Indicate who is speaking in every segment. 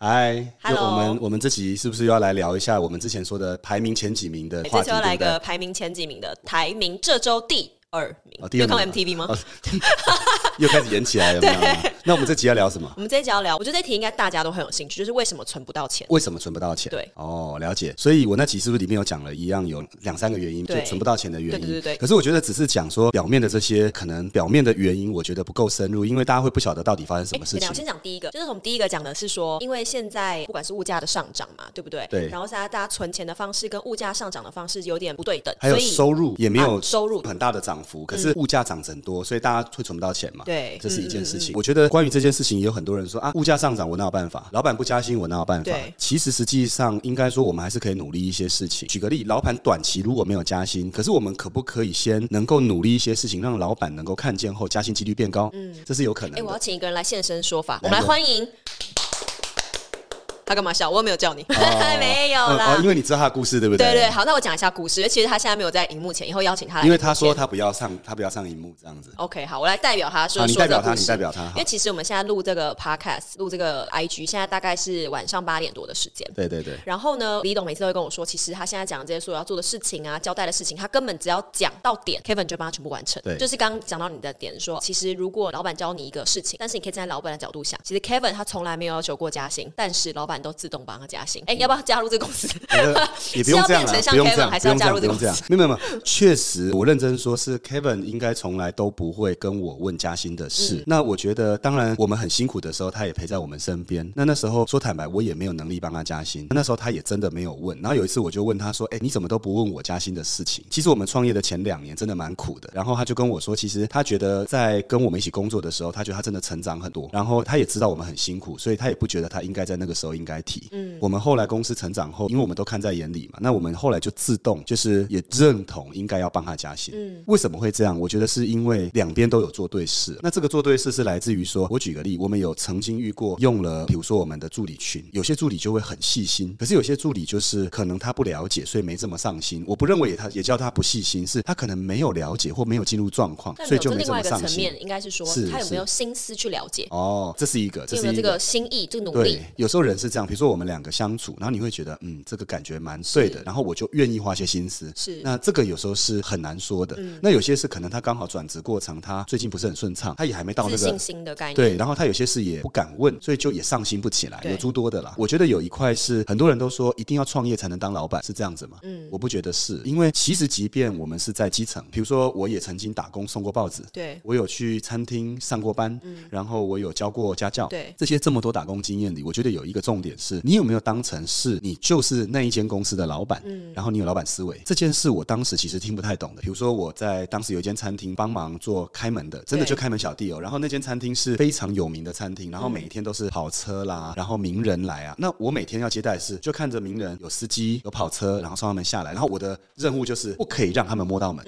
Speaker 1: 嗨，那
Speaker 2: Hello
Speaker 1: 我们我们这集是不是又要来聊一下我们之前说的排名前几名的
Speaker 2: 哎
Speaker 1: 话
Speaker 2: 这
Speaker 1: 题？
Speaker 2: 次要来
Speaker 1: 对不对
Speaker 2: 个排名前几名的排名，这周第二名。
Speaker 1: 哦第
Speaker 2: 你有
Speaker 1: 二
Speaker 2: 看
Speaker 1: 名
Speaker 2: 过 MTV 吗？
Speaker 1: 哦 又开始演起来了，有没有？那我们这集要聊什么？
Speaker 2: 我们这一集要聊，我觉得这题应该大家都很有兴趣，就是为什么存不到钱。
Speaker 1: 为什么存不到钱？
Speaker 2: 对
Speaker 1: 哦，了解。所以我那集是不是里面有讲了一样有两三个原因，就
Speaker 2: 对
Speaker 1: 存不到钱的原因？
Speaker 2: 对对对对
Speaker 1: 可是我觉得只是讲说表面的这些，可能表面的原因，我觉得不够深入，因为大家会不晓得到底发生什么
Speaker 2: 诶
Speaker 1: 事
Speaker 2: 等一下
Speaker 1: 情
Speaker 2: 我。先讲第一个，就是我们第一个讲的是说，因为现在不管是物价的上涨嘛，对不对？
Speaker 1: 对
Speaker 2: 然后现在大家存钱的方式跟物价上涨的方式有点不对等，
Speaker 1: 还有
Speaker 2: 所以
Speaker 1: 收入也没有
Speaker 2: 啊收入
Speaker 1: 很大的涨幅，可是物价涨很多，所以大家会存不到钱嘛。
Speaker 2: 嗯对嗯
Speaker 1: 这是一件事情。我觉得关于这件事情，也有很多人说啊，物价上涨我哪有办法？老板不加薪我哪有办法
Speaker 2: 对？
Speaker 1: 其实实际上应该说，我们还是可以努力一些事情。举个例，老板短期如果没有加薪，可是我们可不可以先能够努力一些事情，让老板能够看见后加薪几率变高？嗯，这是有可能
Speaker 2: 哎、我要
Speaker 1: 的。
Speaker 2: 请一个人来现身说法，我
Speaker 1: 来
Speaker 2: 们来
Speaker 1: 一个
Speaker 2: 欢迎。他干嘛笑？我又没有叫你， 没有
Speaker 1: 嗯
Speaker 2: 啦。
Speaker 1: 哦因为你知道他的故事对不
Speaker 2: 对对，
Speaker 1: 对
Speaker 2: 好，那我讲一下故事。因为其实他现在没有在荧幕前，以后邀请他来。
Speaker 1: 因为他说他不要上，他不要上荧幕这样子。
Speaker 2: OK，好，我来代表他说
Speaker 1: 好，你
Speaker 2: 说
Speaker 1: 代
Speaker 2: 这
Speaker 1: 表
Speaker 2: 个
Speaker 1: 他，
Speaker 2: 故
Speaker 1: 你
Speaker 2: 事。
Speaker 1: 代表他。好
Speaker 2: 因为其实我们现在录这个 podcast，录这个 IG，现在大概是晚上八点多的时间。
Speaker 1: 对对对。
Speaker 2: 然后呢，李董每次都会跟我说，其实他现在讲的这些所有要做的事情啊，交代的事情，他根本只要讲到点，Kevin 就帮他全部完成。
Speaker 1: 对
Speaker 2: 就是刚刚讲到你的点说，其实如果老板教你一个事情，但是你可以站在老板的角度想，其实 Kevin 他从来没有要求过加薪，但是老板都自动帮他加薪。哎，要不要加入这个公 司？
Speaker 1: 也不用这样
Speaker 2: 是要变成
Speaker 1: 了，
Speaker 2: 像
Speaker 1: 不用
Speaker 2: Kevin，
Speaker 1: 这样，
Speaker 2: 还
Speaker 1: 不
Speaker 2: 是要
Speaker 1: 用这
Speaker 2: 加
Speaker 1: 样，
Speaker 2: 入
Speaker 1: 不
Speaker 2: 这个
Speaker 1: 用这样。没有没有没有，确实，我认真说是 Kevin 应该从来都不会跟我问加薪的
Speaker 2: 嗯
Speaker 1: 事。那我觉得，当然我们很辛苦的时候，他也陪在我们身边。那那时候说坦白，我也没有能力帮他加薪。那时候他也真的没有问。然后有一次我就问他说：“哎、你怎么都不问我加薪的事情？”其实我们创业的前两年真的蛮苦的。然后他就跟我说，其实他觉得在跟我们一起工作的时候，他觉得他真的成长很多。然后他也知道我们很辛苦，所以他也不觉得他应该在那个时候应该提。嗯，我们后来公司成长后，因为我们都看在眼里嘛，那我们后来就自动就是也认同应该要帮他加薪。嗯，为什么会这样？我觉得是因为两边都有做对事。那这个做对事是来自于说，我举个例，我们有曾经遇过用了，比如说我们的助理群，有些助理就会很细心，可是有些助理就是可能他不了解，所以没这么上心。我不认为他也叫他不细心，是他可能没有了解或没有进入状况，
Speaker 2: 但
Speaker 1: 所以就
Speaker 2: 这
Speaker 1: 没
Speaker 2: 另
Speaker 1: 这么
Speaker 2: 外一个
Speaker 1: 上
Speaker 2: 层
Speaker 1: 心。
Speaker 2: 面，应该是说
Speaker 1: 是
Speaker 2: 他有
Speaker 1: 是
Speaker 2: 没有心思去了解，
Speaker 1: 哦，这是一个，这
Speaker 2: 有
Speaker 1: 是
Speaker 2: 没有
Speaker 1: 一
Speaker 2: 这个心意、这个努力
Speaker 1: 对？，有时候人是这样，比如说我们两个相处，然后你会觉得，嗯，这个感觉蛮对的，然后我就愿意花些心思。
Speaker 2: 是嗯
Speaker 1: 那这个有时候是很难说的。那有些是可能他刚好转职过程，他最近不是很顺畅，他也还没到那
Speaker 2: 自
Speaker 1: 个
Speaker 2: 信。心的概念。
Speaker 1: 对，然后他有些事也不敢问，所以就也上心不起来，
Speaker 2: 对
Speaker 1: 有诸多的啦。我觉得有一块是很多人都说一定要创业才能当老板，是这样子吗？嗯，我不觉得是，因为其实即便我们是在基层，比如说我也曾经打工送过报纸，
Speaker 2: 对嗯
Speaker 1: 我有去餐厅上过班，然后我有教过家教，
Speaker 2: 对
Speaker 1: 这些这么多打工经验里，我觉得有一个重点是，你有没有当成是你就是那一间公司的老板，
Speaker 2: 嗯
Speaker 1: 然后你有老板思维这件事，我当时其实听不太懂的。比如说我在当时有一间餐厅帮忙做开门的，真的
Speaker 2: 对嗯
Speaker 1: 就开门小弟哦，然后那间餐厅是非常有名的餐厅，然后每一天都是跑车啦，然后名人来啊，那我每天要接待的是就看着名人有司机有跑车，然后送他们下来，然后我的任务就是不可以让他们摸到门，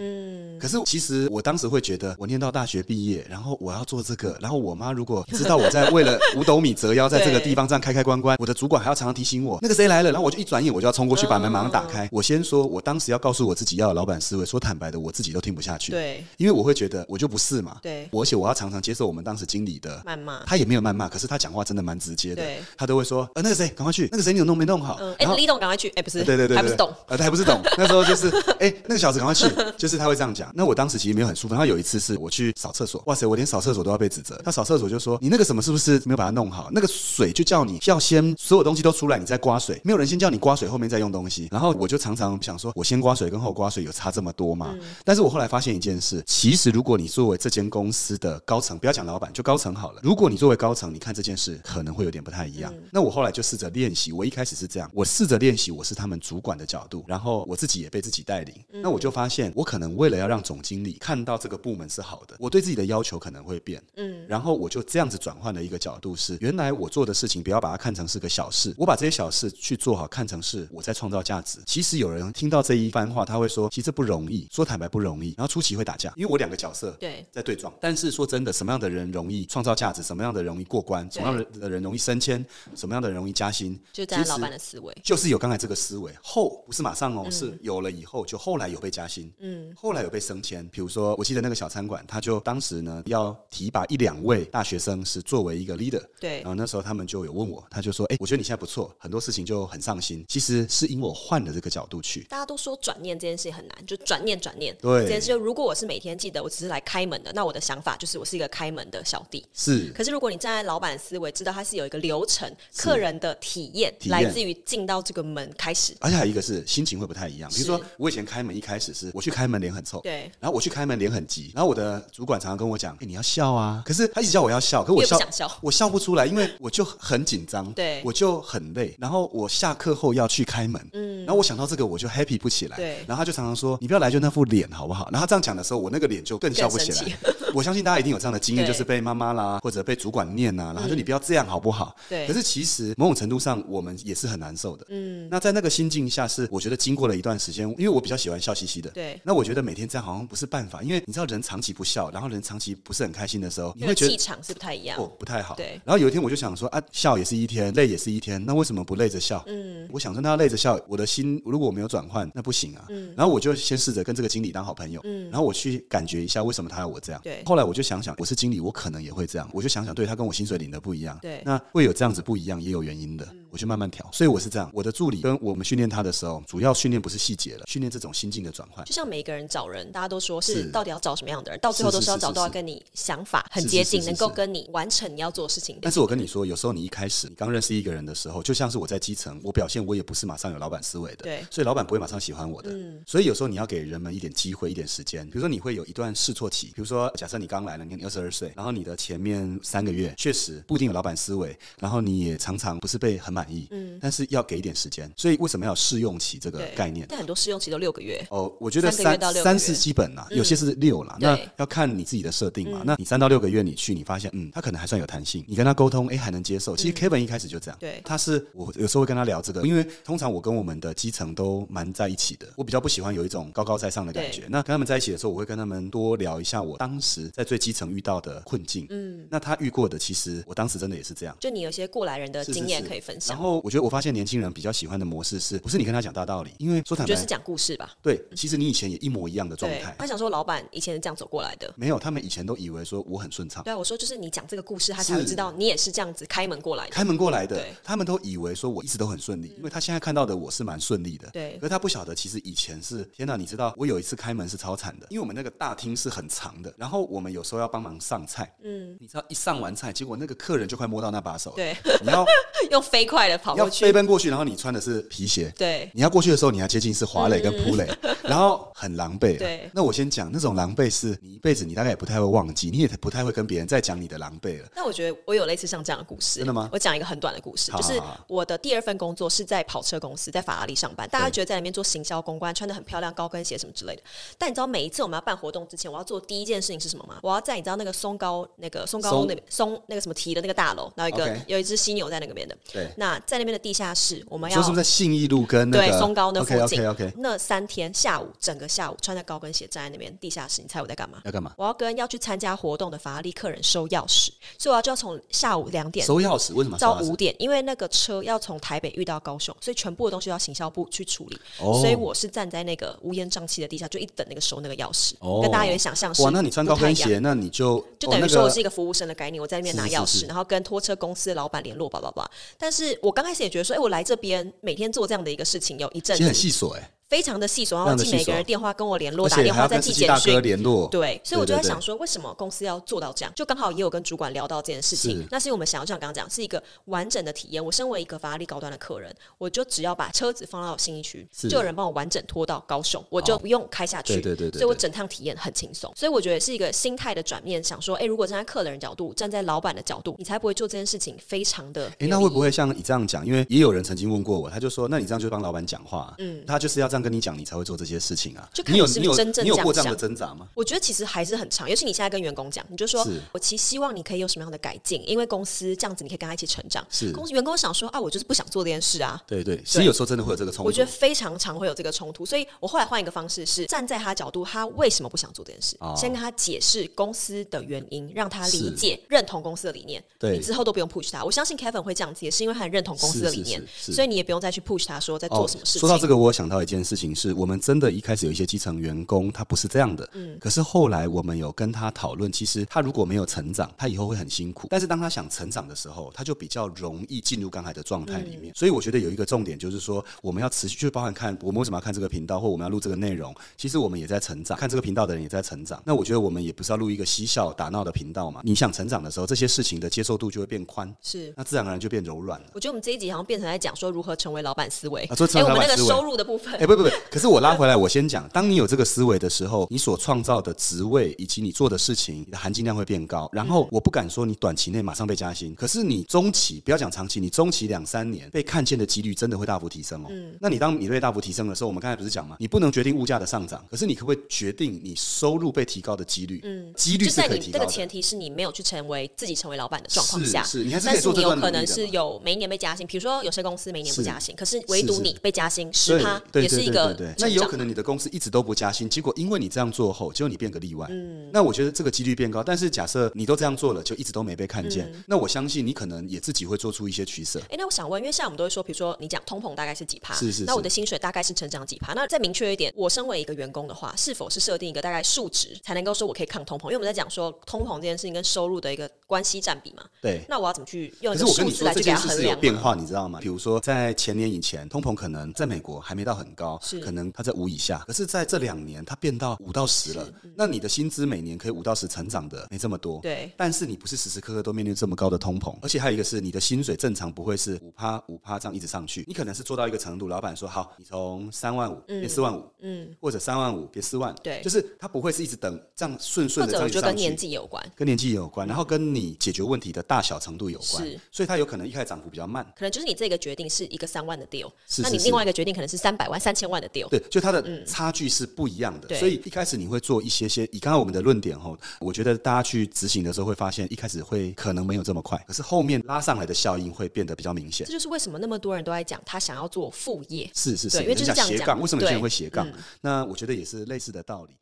Speaker 1: 可是其实我当时会觉得，我念到大学毕业，然后我要做这
Speaker 2: 嗯
Speaker 1: 个，然后我妈如果知道我在为了五斗米折腰，在这个地方这样开开关关，我的主管还要常常提醒我，那个谁来了，然后我就一转眼我就要冲过去把门马上打开。
Speaker 2: 嗯
Speaker 1: 我先说，我当时要告诉我自己要有老板思维，说坦白的，我自己都听不下去，
Speaker 2: 对
Speaker 1: 因为我会觉得我就不是嘛，
Speaker 2: 对
Speaker 1: 我而且我要常常接受我们当时经理的
Speaker 2: 谩骂
Speaker 1: 他也没有谩骂，可是他讲话真的蛮直接的
Speaker 2: 对，
Speaker 1: 他都会说，呃，那个谁，赶快去，那个谁你有弄没弄好
Speaker 2: 嗯，，哎、
Speaker 1: 然后
Speaker 2: 李董赶快去，哎、不是，
Speaker 1: 对对对，
Speaker 2: 还不是
Speaker 1: 对
Speaker 2: 董，
Speaker 1: 呃，还不是 懂。那时候就是，哎、那个小子赶快去，就是他会这样讲。那我当时其实没有很舒服。然后有一次是我去扫厕所，哇塞，我连扫厕所都要被指责。他扫厕所就说：“你那个什么是不是没有把它弄好？那个水就叫你要先所有东西都出来，你再刮水。没有人先叫你刮水，后面再用东西。”然后我就常常想说，我先刮水跟后刮水有差这么多
Speaker 2: 嗯
Speaker 1: 吗？但是我后来发现一件事，其实如果你作为这间公司的高层，不要讲老板，就高层好了。如果你作为高层，你看这件事可能会有点不太一样。那我后来就试着练习，我一开始是这样，我试着练习我是他们主管的角度，然后我自己也被自己带领。那我就发现，我可能为了要让总经理看到这个部门是好的，我对自己的要求可能会变。嗯，然后我就这样子转换了一个角度是，原来我做的事情不要把它看成是个小事，我把这些小事去做好，看成是我在创造价值。其实有人听到这一番话，他会说，其实这不容易，说坦白不容易，然后初期会打架，因为我两个角色
Speaker 2: 对
Speaker 1: 在对撞。但是说真的，什么样的人容易创造价值，什么样的人容易过关，什么样的人容易升迁，什么样的人容易加薪，
Speaker 2: 就是站在
Speaker 1: 其
Speaker 2: 老
Speaker 1: 实
Speaker 2: 板的思维。
Speaker 1: 就是有刚才这个思
Speaker 2: 嗯
Speaker 1: 维，后不是马上哦，是有了以后，就后来有被加薪，嗯，后来有被升迁。比如说，我记得那个小餐馆，他就当时呢要提拔一两位大学生，是作为一个 leader，
Speaker 2: 嗯对
Speaker 1: 然后那时候他们就有问我，他就说：“哎、我觉得你现在不错，很多事情就很上心。其实是因为我换了这个角度去。
Speaker 2: 大家都说转念这件事情很难，就转念转念。
Speaker 1: 对
Speaker 2: 这件事就如果我是每天记得我只是来开门的，那我的想法就是我是一个开门的小弟。
Speaker 1: 是
Speaker 2: 可是如果你站在老板的思维，知道它是有一个流程，客人的体验
Speaker 1: 体验
Speaker 2: 来自于进到这个门开始。
Speaker 1: 而且还有一个是心情会不太一样。比如说
Speaker 2: 是，
Speaker 1: 我以前开门一开始是我去开门脸很臭，
Speaker 2: 对，
Speaker 1: 然后我去开门脸很急，然后我的主管常常跟我讲：“哎、你要笑啊！”可是他一直叫我要笑，可是我
Speaker 2: 越不
Speaker 1: 笑
Speaker 2: 想笑
Speaker 1: 我笑不出来，因为我就很紧张，
Speaker 2: 对
Speaker 1: 我就很累。然后我下课后要去开门，嗯，然后我想到这个我就 happy 不起来，
Speaker 2: 对
Speaker 1: 然后他就常常说：“你不要来就那副脸好不好？”然后他这样讲的时候，我那个脸就更笑不起
Speaker 2: 更
Speaker 1: 来
Speaker 2: 生。
Speaker 1: 我相信大家一定有这样的经验，
Speaker 2: 对嗯
Speaker 1: 就是被妈妈啦或者被主管念啊，然后他说：“你不要这样好不好？”
Speaker 2: 对
Speaker 1: 可是其实某种程度上，我们也是很难受的，嗯。那在那个心境下，是我觉得经过了一段时间，因为我比较喜欢笑嘻嘻的，
Speaker 2: 对
Speaker 1: 那我觉得每天这样好像不是办法，因为你知道人长期不笑，然后人长期不是很开心的时候，你
Speaker 2: 因
Speaker 1: 会
Speaker 2: 为
Speaker 1: 觉
Speaker 2: 气
Speaker 1: 得。
Speaker 2: 场是不太一样
Speaker 1: 哦，，不太好。
Speaker 2: 对
Speaker 1: 然后有一天我就想说啊，笑也是一天，累也是一天，那为什么不累着笑？嗯，我想说，那要累着笑，我的心如果我没有转换，那不行啊。嗯，然后我就先试着跟这个经理当好朋友，嗯，然后我去感觉一下为什么他要我这样。
Speaker 2: 对
Speaker 1: 后来我就想想，我是经理，我可能也会这样，我就想想，对他跟我薪水领的不一样，
Speaker 2: 对嗯
Speaker 1: 那会有这样子不一样，也有原因的，我去慢慢调。所以我是这样，我的助理跟我们训练他的时候，主要训练不是细节了，训练这种心境的转换。
Speaker 2: 就像每一个人找人，大家都说是
Speaker 1: 是
Speaker 2: 到底要找什么样的人，到最后
Speaker 1: 是
Speaker 2: 都
Speaker 1: 是
Speaker 2: 是要
Speaker 1: 是
Speaker 2: 找
Speaker 1: 是
Speaker 2: 到
Speaker 1: 是
Speaker 2: 跟你想法很
Speaker 1: 是
Speaker 2: 接
Speaker 1: 是
Speaker 2: 近，
Speaker 1: 是
Speaker 2: 能够
Speaker 1: 是
Speaker 2: 跟你完成你要做的事情的。
Speaker 1: 但是我跟你说，有时候你一开始你刚认识一个人的时候，就像是我在基层，我表现我也不是马上有老板思维的，
Speaker 2: 对嗯
Speaker 1: 所以老板不会马上喜欢我的。所以有时候你要给人们一点机会，一点时间。比如说你会有一段试错期，比如说假设你刚来了，你二十二岁，然后你的前面三个月确实不一定有老板思维，然后你也常常不是被很满意，但是要给一点时间。所以为什么要有试用期这个
Speaker 2: 嗯对
Speaker 1: 概念？
Speaker 2: 但很多试用期都六个月，
Speaker 1: 哦，我觉得
Speaker 2: 三个月
Speaker 1: 三
Speaker 2: 到六个月嗯
Speaker 1: 三是基本啦，有些是六啦，
Speaker 2: 对嗯
Speaker 1: 那要看你自己的设定嘛。那你三到六个月你去，你发现嗯，他可能还算有弹性，你跟他沟通，哎，还能接受。其实 Kevin 一开始就这样，
Speaker 2: 嗯对
Speaker 1: 他是我有时候会跟他聊这个，因为通常我跟我们的基层都蛮在一起的，我比较不喜欢有一种高高在上的感觉
Speaker 2: 对。
Speaker 1: 那跟他们在一起的时候，我会跟他们多聊一下我当时在最基层遇到的困境。嗯，那他遇过的，其实我当时真的也是这样。
Speaker 2: 就你有一些过来人的
Speaker 1: 是是
Speaker 2: 经验
Speaker 1: 是
Speaker 2: 可以分
Speaker 1: 然
Speaker 2: 享。
Speaker 1: 后我觉得我发现年轻人比较喜欢的模式是，不是你跟他讲大道理？因为说坦
Speaker 2: 我觉
Speaker 1: 白
Speaker 2: 得，是讲故事吧，
Speaker 1: 对，其实你以前也一模一样的状
Speaker 2: 对
Speaker 1: 态，。
Speaker 2: 他想说老板以前是这样走过来的。
Speaker 1: 没有，他们以前都以为说我很顺畅，
Speaker 2: 对啊，我说就是你讲这个故事，他才会
Speaker 1: 是
Speaker 2: 知道你也是这样子开门过来的。
Speaker 1: 开门过来的
Speaker 2: 对，嗯
Speaker 1: 他们都以为说我一直都很顺利，因为他现在看到的我是蛮顺利的。
Speaker 2: 对
Speaker 1: 可是他不晓得，其实以前是天哪！你知道，我有一次开门是超惨的，因为我们那个大厅是很长的，然后我们有时候要帮忙上菜，嗯，你知道一上完菜，结果那个客人就快摸到那把手了，
Speaker 2: 对，
Speaker 1: 你要
Speaker 2: 用飞快的跑
Speaker 1: 要
Speaker 2: 过
Speaker 1: 飞
Speaker 2: 去。
Speaker 1: 奔过去，然后你穿的是皮鞋，
Speaker 2: 对，嗯
Speaker 1: 你要过去的时候，你还接近是滑垒跟扑垒，然后很狼狈啊。
Speaker 2: 对
Speaker 1: 那我先讲那种狼狈是，你一辈子你大概也不太会忘记，你也不太会跟别人再讲你的狼狈了。
Speaker 2: 但我觉得我有类似像这样的故事。
Speaker 1: 真的吗
Speaker 2: 我讲一个很短的故事，
Speaker 1: 好
Speaker 2: 就是
Speaker 1: 好好
Speaker 2: 我的第二份工作是在跑车公司，在法拉利上班。大家觉得在里面做行销公关，穿的很漂亮，高跟鞋什么之类的。但你知道每一次我们要办活动之前，我要做第一件事情是什么吗？我要在你知道那个松高那个松高路
Speaker 1: 松
Speaker 2: 那边松那个什么提的那个大楼，然后一个
Speaker 1: OK
Speaker 2: 有一只犀牛在那个边的。
Speaker 1: 对
Speaker 2: 那在那边的地下室，我们
Speaker 1: 你
Speaker 2: 要
Speaker 1: 说是不是在信义路跟那个
Speaker 2: 对，松高那附
Speaker 1: OK
Speaker 2: 近。
Speaker 1: OK OK，
Speaker 2: 那三天下午，整个下午穿着高跟鞋站在那边地下室，你猜我在干嘛？
Speaker 1: 要干嘛？
Speaker 2: 我要跟要去参加活动的法拉利客人收钥匙，所以我要就要从下午两点
Speaker 1: 收钥匙为什么要
Speaker 2: 到
Speaker 1: 收钥匙
Speaker 2: 五点，因为那个车要从台北运到高雄，所以全部的东西都要行销部去处理。
Speaker 1: 哦
Speaker 2: 所以我是站在那个乌烟瘴气的地下，就一等那个收那个钥匙，
Speaker 1: 哦
Speaker 2: 跟大家有点想象是
Speaker 1: 哇，那你穿高
Speaker 2: 不太
Speaker 1: 跟
Speaker 2: 一样
Speaker 1: 鞋，那你就
Speaker 2: 就
Speaker 1: 哦
Speaker 2: 等于
Speaker 1: 那
Speaker 2: 说
Speaker 1: 个
Speaker 2: 我是一个服务生的概念，我在那边拿
Speaker 1: 是是
Speaker 2: 钥匙，
Speaker 1: 是是
Speaker 2: 然后跟拖车公司老板联络，叭叭叭。但是我刚开始也觉得说，哎、我来这边每天做这样的一个事情，有一阵
Speaker 1: 其
Speaker 2: 子
Speaker 1: 实很细琐哎，
Speaker 2: 非常的细琐，然
Speaker 1: 非常
Speaker 2: 后
Speaker 1: 地
Speaker 2: 记每
Speaker 1: 细
Speaker 2: 个
Speaker 1: 琐
Speaker 2: 人电话跟我联络，
Speaker 1: 而
Speaker 2: 打
Speaker 1: 且
Speaker 2: 电
Speaker 1: 还
Speaker 2: 话
Speaker 1: 要
Speaker 2: 再
Speaker 1: 跟
Speaker 2: 寄
Speaker 1: 司机
Speaker 2: 简
Speaker 1: 大哥
Speaker 2: 讯。
Speaker 1: 联络。
Speaker 2: 对，所以我就
Speaker 1: 对
Speaker 2: 在
Speaker 1: 对
Speaker 2: 想说，为什么公司要做到这样？就刚好也有跟主管聊到这件事情
Speaker 1: 是。
Speaker 2: 那是因为我们想要像刚刚讲，是一个完整的体验。我身为一个法拉利高端的客人，我就只要把车子放到信义区，
Speaker 1: 是
Speaker 2: 就有人帮我完整拖到高雄，我就不用开下去。
Speaker 1: 对对对对
Speaker 2: 所以我
Speaker 1: 对
Speaker 2: 整趟体验很轻松。所以我觉得是一个心态的转念，想说，哎，如果站在客人的角度，站在老板的角度，你才不会做这件事情非常的。
Speaker 1: 哎，那会不？会像你这样讲？因为也有人曾经问过我，他就说：“那你这样就帮老板讲话，嗯，他就是要这样跟你讲，你才会做这些事情啊。”
Speaker 2: 就看
Speaker 1: 你有
Speaker 2: 你是
Speaker 1: 你
Speaker 2: 不是
Speaker 1: 有
Speaker 2: 真正
Speaker 1: 你有
Speaker 2: 这样
Speaker 1: 过这样的
Speaker 2: 想
Speaker 1: 挣扎吗？
Speaker 2: 我觉得其实还是很长，尤其你现在跟员工讲，你就说
Speaker 1: 是，
Speaker 2: 我其实希望你可以有什么样的改进，因为公司这样子你可以跟他一起成长。
Speaker 1: 是哦
Speaker 2: 公员工想说啊，我就是不想做这件事啊。
Speaker 1: 对对，其实有时候真的会有这个冲突。啊
Speaker 2: 我觉得非常常会有这个冲突，所以我后来换一个方式是站在他角度，他为什么不想做这件事，
Speaker 1: 哦
Speaker 2: 先跟他解释公司的原因，让他理
Speaker 1: 是
Speaker 2: 解认同公司的理念。
Speaker 1: 对
Speaker 2: 你之后都不用 push 他。我相信 Kevin 会这样子，也是因为他很认同公司的
Speaker 1: 是
Speaker 2: 理念，
Speaker 1: 是是是
Speaker 2: 所以你也不用再去 push 他说在做什么事
Speaker 1: 哦
Speaker 2: 情。
Speaker 1: 说到这个，我有想到一件事情是，我们真的一开始有一些基层员工，他不是这样的，嗯，可是后来我们有跟他讨论，其实他如果没有成长，他以后会很辛苦。但是当他想成长的时候，他就比较容易进入刚才的状态里
Speaker 2: 嗯
Speaker 1: 面。所以我觉得有一个重点就是说，我们要持续，就包含看我们为什么要看这个频道，或我们要录这个内容，其实我们也在成长，看这个频道的人也在成长。那我觉得我们也不是要录一个嬉笑打闹的频道嘛，你想成长的时候，这些事情的接受度就会变宽，
Speaker 2: 是。
Speaker 1: 那自然而然就变柔软了。
Speaker 2: 我觉得我们这一集好像变成在讲说如何成为老板思维，
Speaker 1: 啊说成为
Speaker 2: 哎我们
Speaker 1: 老
Speaker 2: 那
Speaker 1: 板
Speaker 2: 个
Speaker 1: 思维
Speaker 2: 收入的部分
Speaker 1: 哎、，不不不，可是我拉回来，我先讲，当你有这个思维的时候，你所创造的职位以及你做的事情，你的含金量会变高。然后
Speaker 2: 嗯
Speaker 1: 我不敢说你短期内马上被加薪，可是你中期，不要讲长期，你中期两三年被看见的几率真的会大幅提升哦。
Speaker 2: 嗯
Speaker 1: 那你当你被大幅提升的时候，我们刚才不是讲吗？你不能决定物价的上涨，可是你可不可以决定你收入被提高的几率？嗯，几率
Speaker 2: 就是在
Speaker 1: 可以
Speaker 2: 你
Speaker 1: 提
Speaker 2: 这
Speaker 1: 高
Speaker 2: 个
Speaker 1: 的。
Speaker 2: 前提是你没有去成为自己成为老板的状况下，
Speaker 1: 是是你还是可以
Speaker 2: 但是
Speaker 1: 做
Speaker 2: 你
Speaker 1: 这
Speaker 2: 有
Speaker 1: 段努
Speaker 2: 可
Speaker 1: 力
Speaker 2: 能
Speaker 1: 的
Speaker 2: 是
Speaker 1: 嘛
Speaker 2: 有每一年被加薪，比如说有些公司每一年不
Speaker 1: 是
Speaker 2: 加薪，可是唯独
Speaker 1: 是
Speaker 2: 你被加薪十
Speaker 1: 对
Speaker 2: 趴，
Speaker 1: 对
Speaker 2: 也是
Speaker 1: 对
Speaker 2: 一
Speaker 1: 对
Speaker 2: 个
Speaker 1: 对对，那
Speaker 2: 成
Speaker 1: 也有
Speaker 2: 长
Speaker 1: 可能你的公司一直都不加薪，结果因为你这样做后，结果你变个例外。嗯，那我觉得这个几率变高。但是假设你都这样做了，就一直都没被看见，
Speaker 2: 嗯
Speaker 1: 那我相信你可能也自己会做出一些取舍。
Speaker 2: 哎、那我想问，因为像我们都会说，比如说你讲通膨大概是几趴，
Speaker 1: 是是
Speaker 2: 那我
Speaker 1: 是
Speaker 2: 的薪水大概是成长几趴？那再明确一点，我身为一个员工的话，是否是设定一个大概数值才能够说我可以抗通膨？因为我们在讲说通膨这件事情跟收入的一个关系占比嘛，
Speaker 1: 对。
Speaker 2: 那我要怎么去用
Speaker 1: 可
Speaker 2: 一
Speaker 1: 是
Speaker 2: 个
Speaker 1: 我跟
Speaker 2: 数
Speaker 1: 你
Speaker 2: 字
Speaker 1: 说，
Speaker 2: 来
Speaker 1: 这
Speaker 2: 去给
Speaker 1: 件
Speaker 2: 它
Speaker 1: 事
Speaker 2: 衡
Speaker 1: 是有
Speaker 2: 量呢？
Speaker 1: 变化，你知道吗？比如说，在前年以前，通膨可能在美国还没到很高
Speaker 2: 是，
Speaker 1: 可能它在五以下。可是在这两年，它变到五到十了。
Speaker 2: 嗯
Speaker 1: 那你的薪资每年可以五到十成长的，没这么多。
Speaker 2: 对
Speaker 1: 但是你不是时时刻刻都面对这么高的通膨，而且还有一个是你的薪水正常不会是五趴五趴这样一直上去，你可能是做到一个程度，老板说好，你从三万五变四万五，嗯，或者三万五变四万，
Speaker 2: 对
Speaker 1: 就是它不会是一直等这样顺
Speaker 2: 或
Speaker 1: 顺的这
Speaker 2: 者
Speaker 1: 样
Speaker 2: 我
Speaker 1: 一
Speaker 2: 觉
Speaker 1: 直
Speaker 2: 得
Speaker 1: 上
Speaker 2: 跟年
Speaker 1: 去。
Speaker 2: 纪有关，
Speaker 1: 跟年纪有关，然后跟你解决问题的大小程度有关
Speaker 2: 是，
Speaker 1: 所以它有可能一开始涨幅比较慢，
Speaker 2: 可能就是你这个决定是一个三万的 deal，
Speaker 1: 是
Speaker 2: 那
Speaker 1: 是
Speaker 2: 你
Speaker 1: 是
Speaker 2: 另外一个决定可能是三百万、三千万的 deal。
Speaker 1: 对，就它的差距是不一样的。
Speaker 2: 嗯对
Speaker 1: 所以一开始你会做一些些，以刚刚我们的论点吼，我觉得大家去执行的时候会发现，一开始会可能没有这么快，可是后面拉上来的效应会变得比较明显
Speaker 2: 这。就是为什么那么多人都在讲他想要做副业，
Speaker 1: 是是是，
Speaker 2: 对因为就是
Speaker 1: 人家
Speaker 2: 这样
Speaker 1: 斜
Speaker 2: 讲嗯
Speaker 1: 杠，为什么有些人
Speaker 2: 对
Speaker 1: 会斜杠？那我觉得也是类似的道理。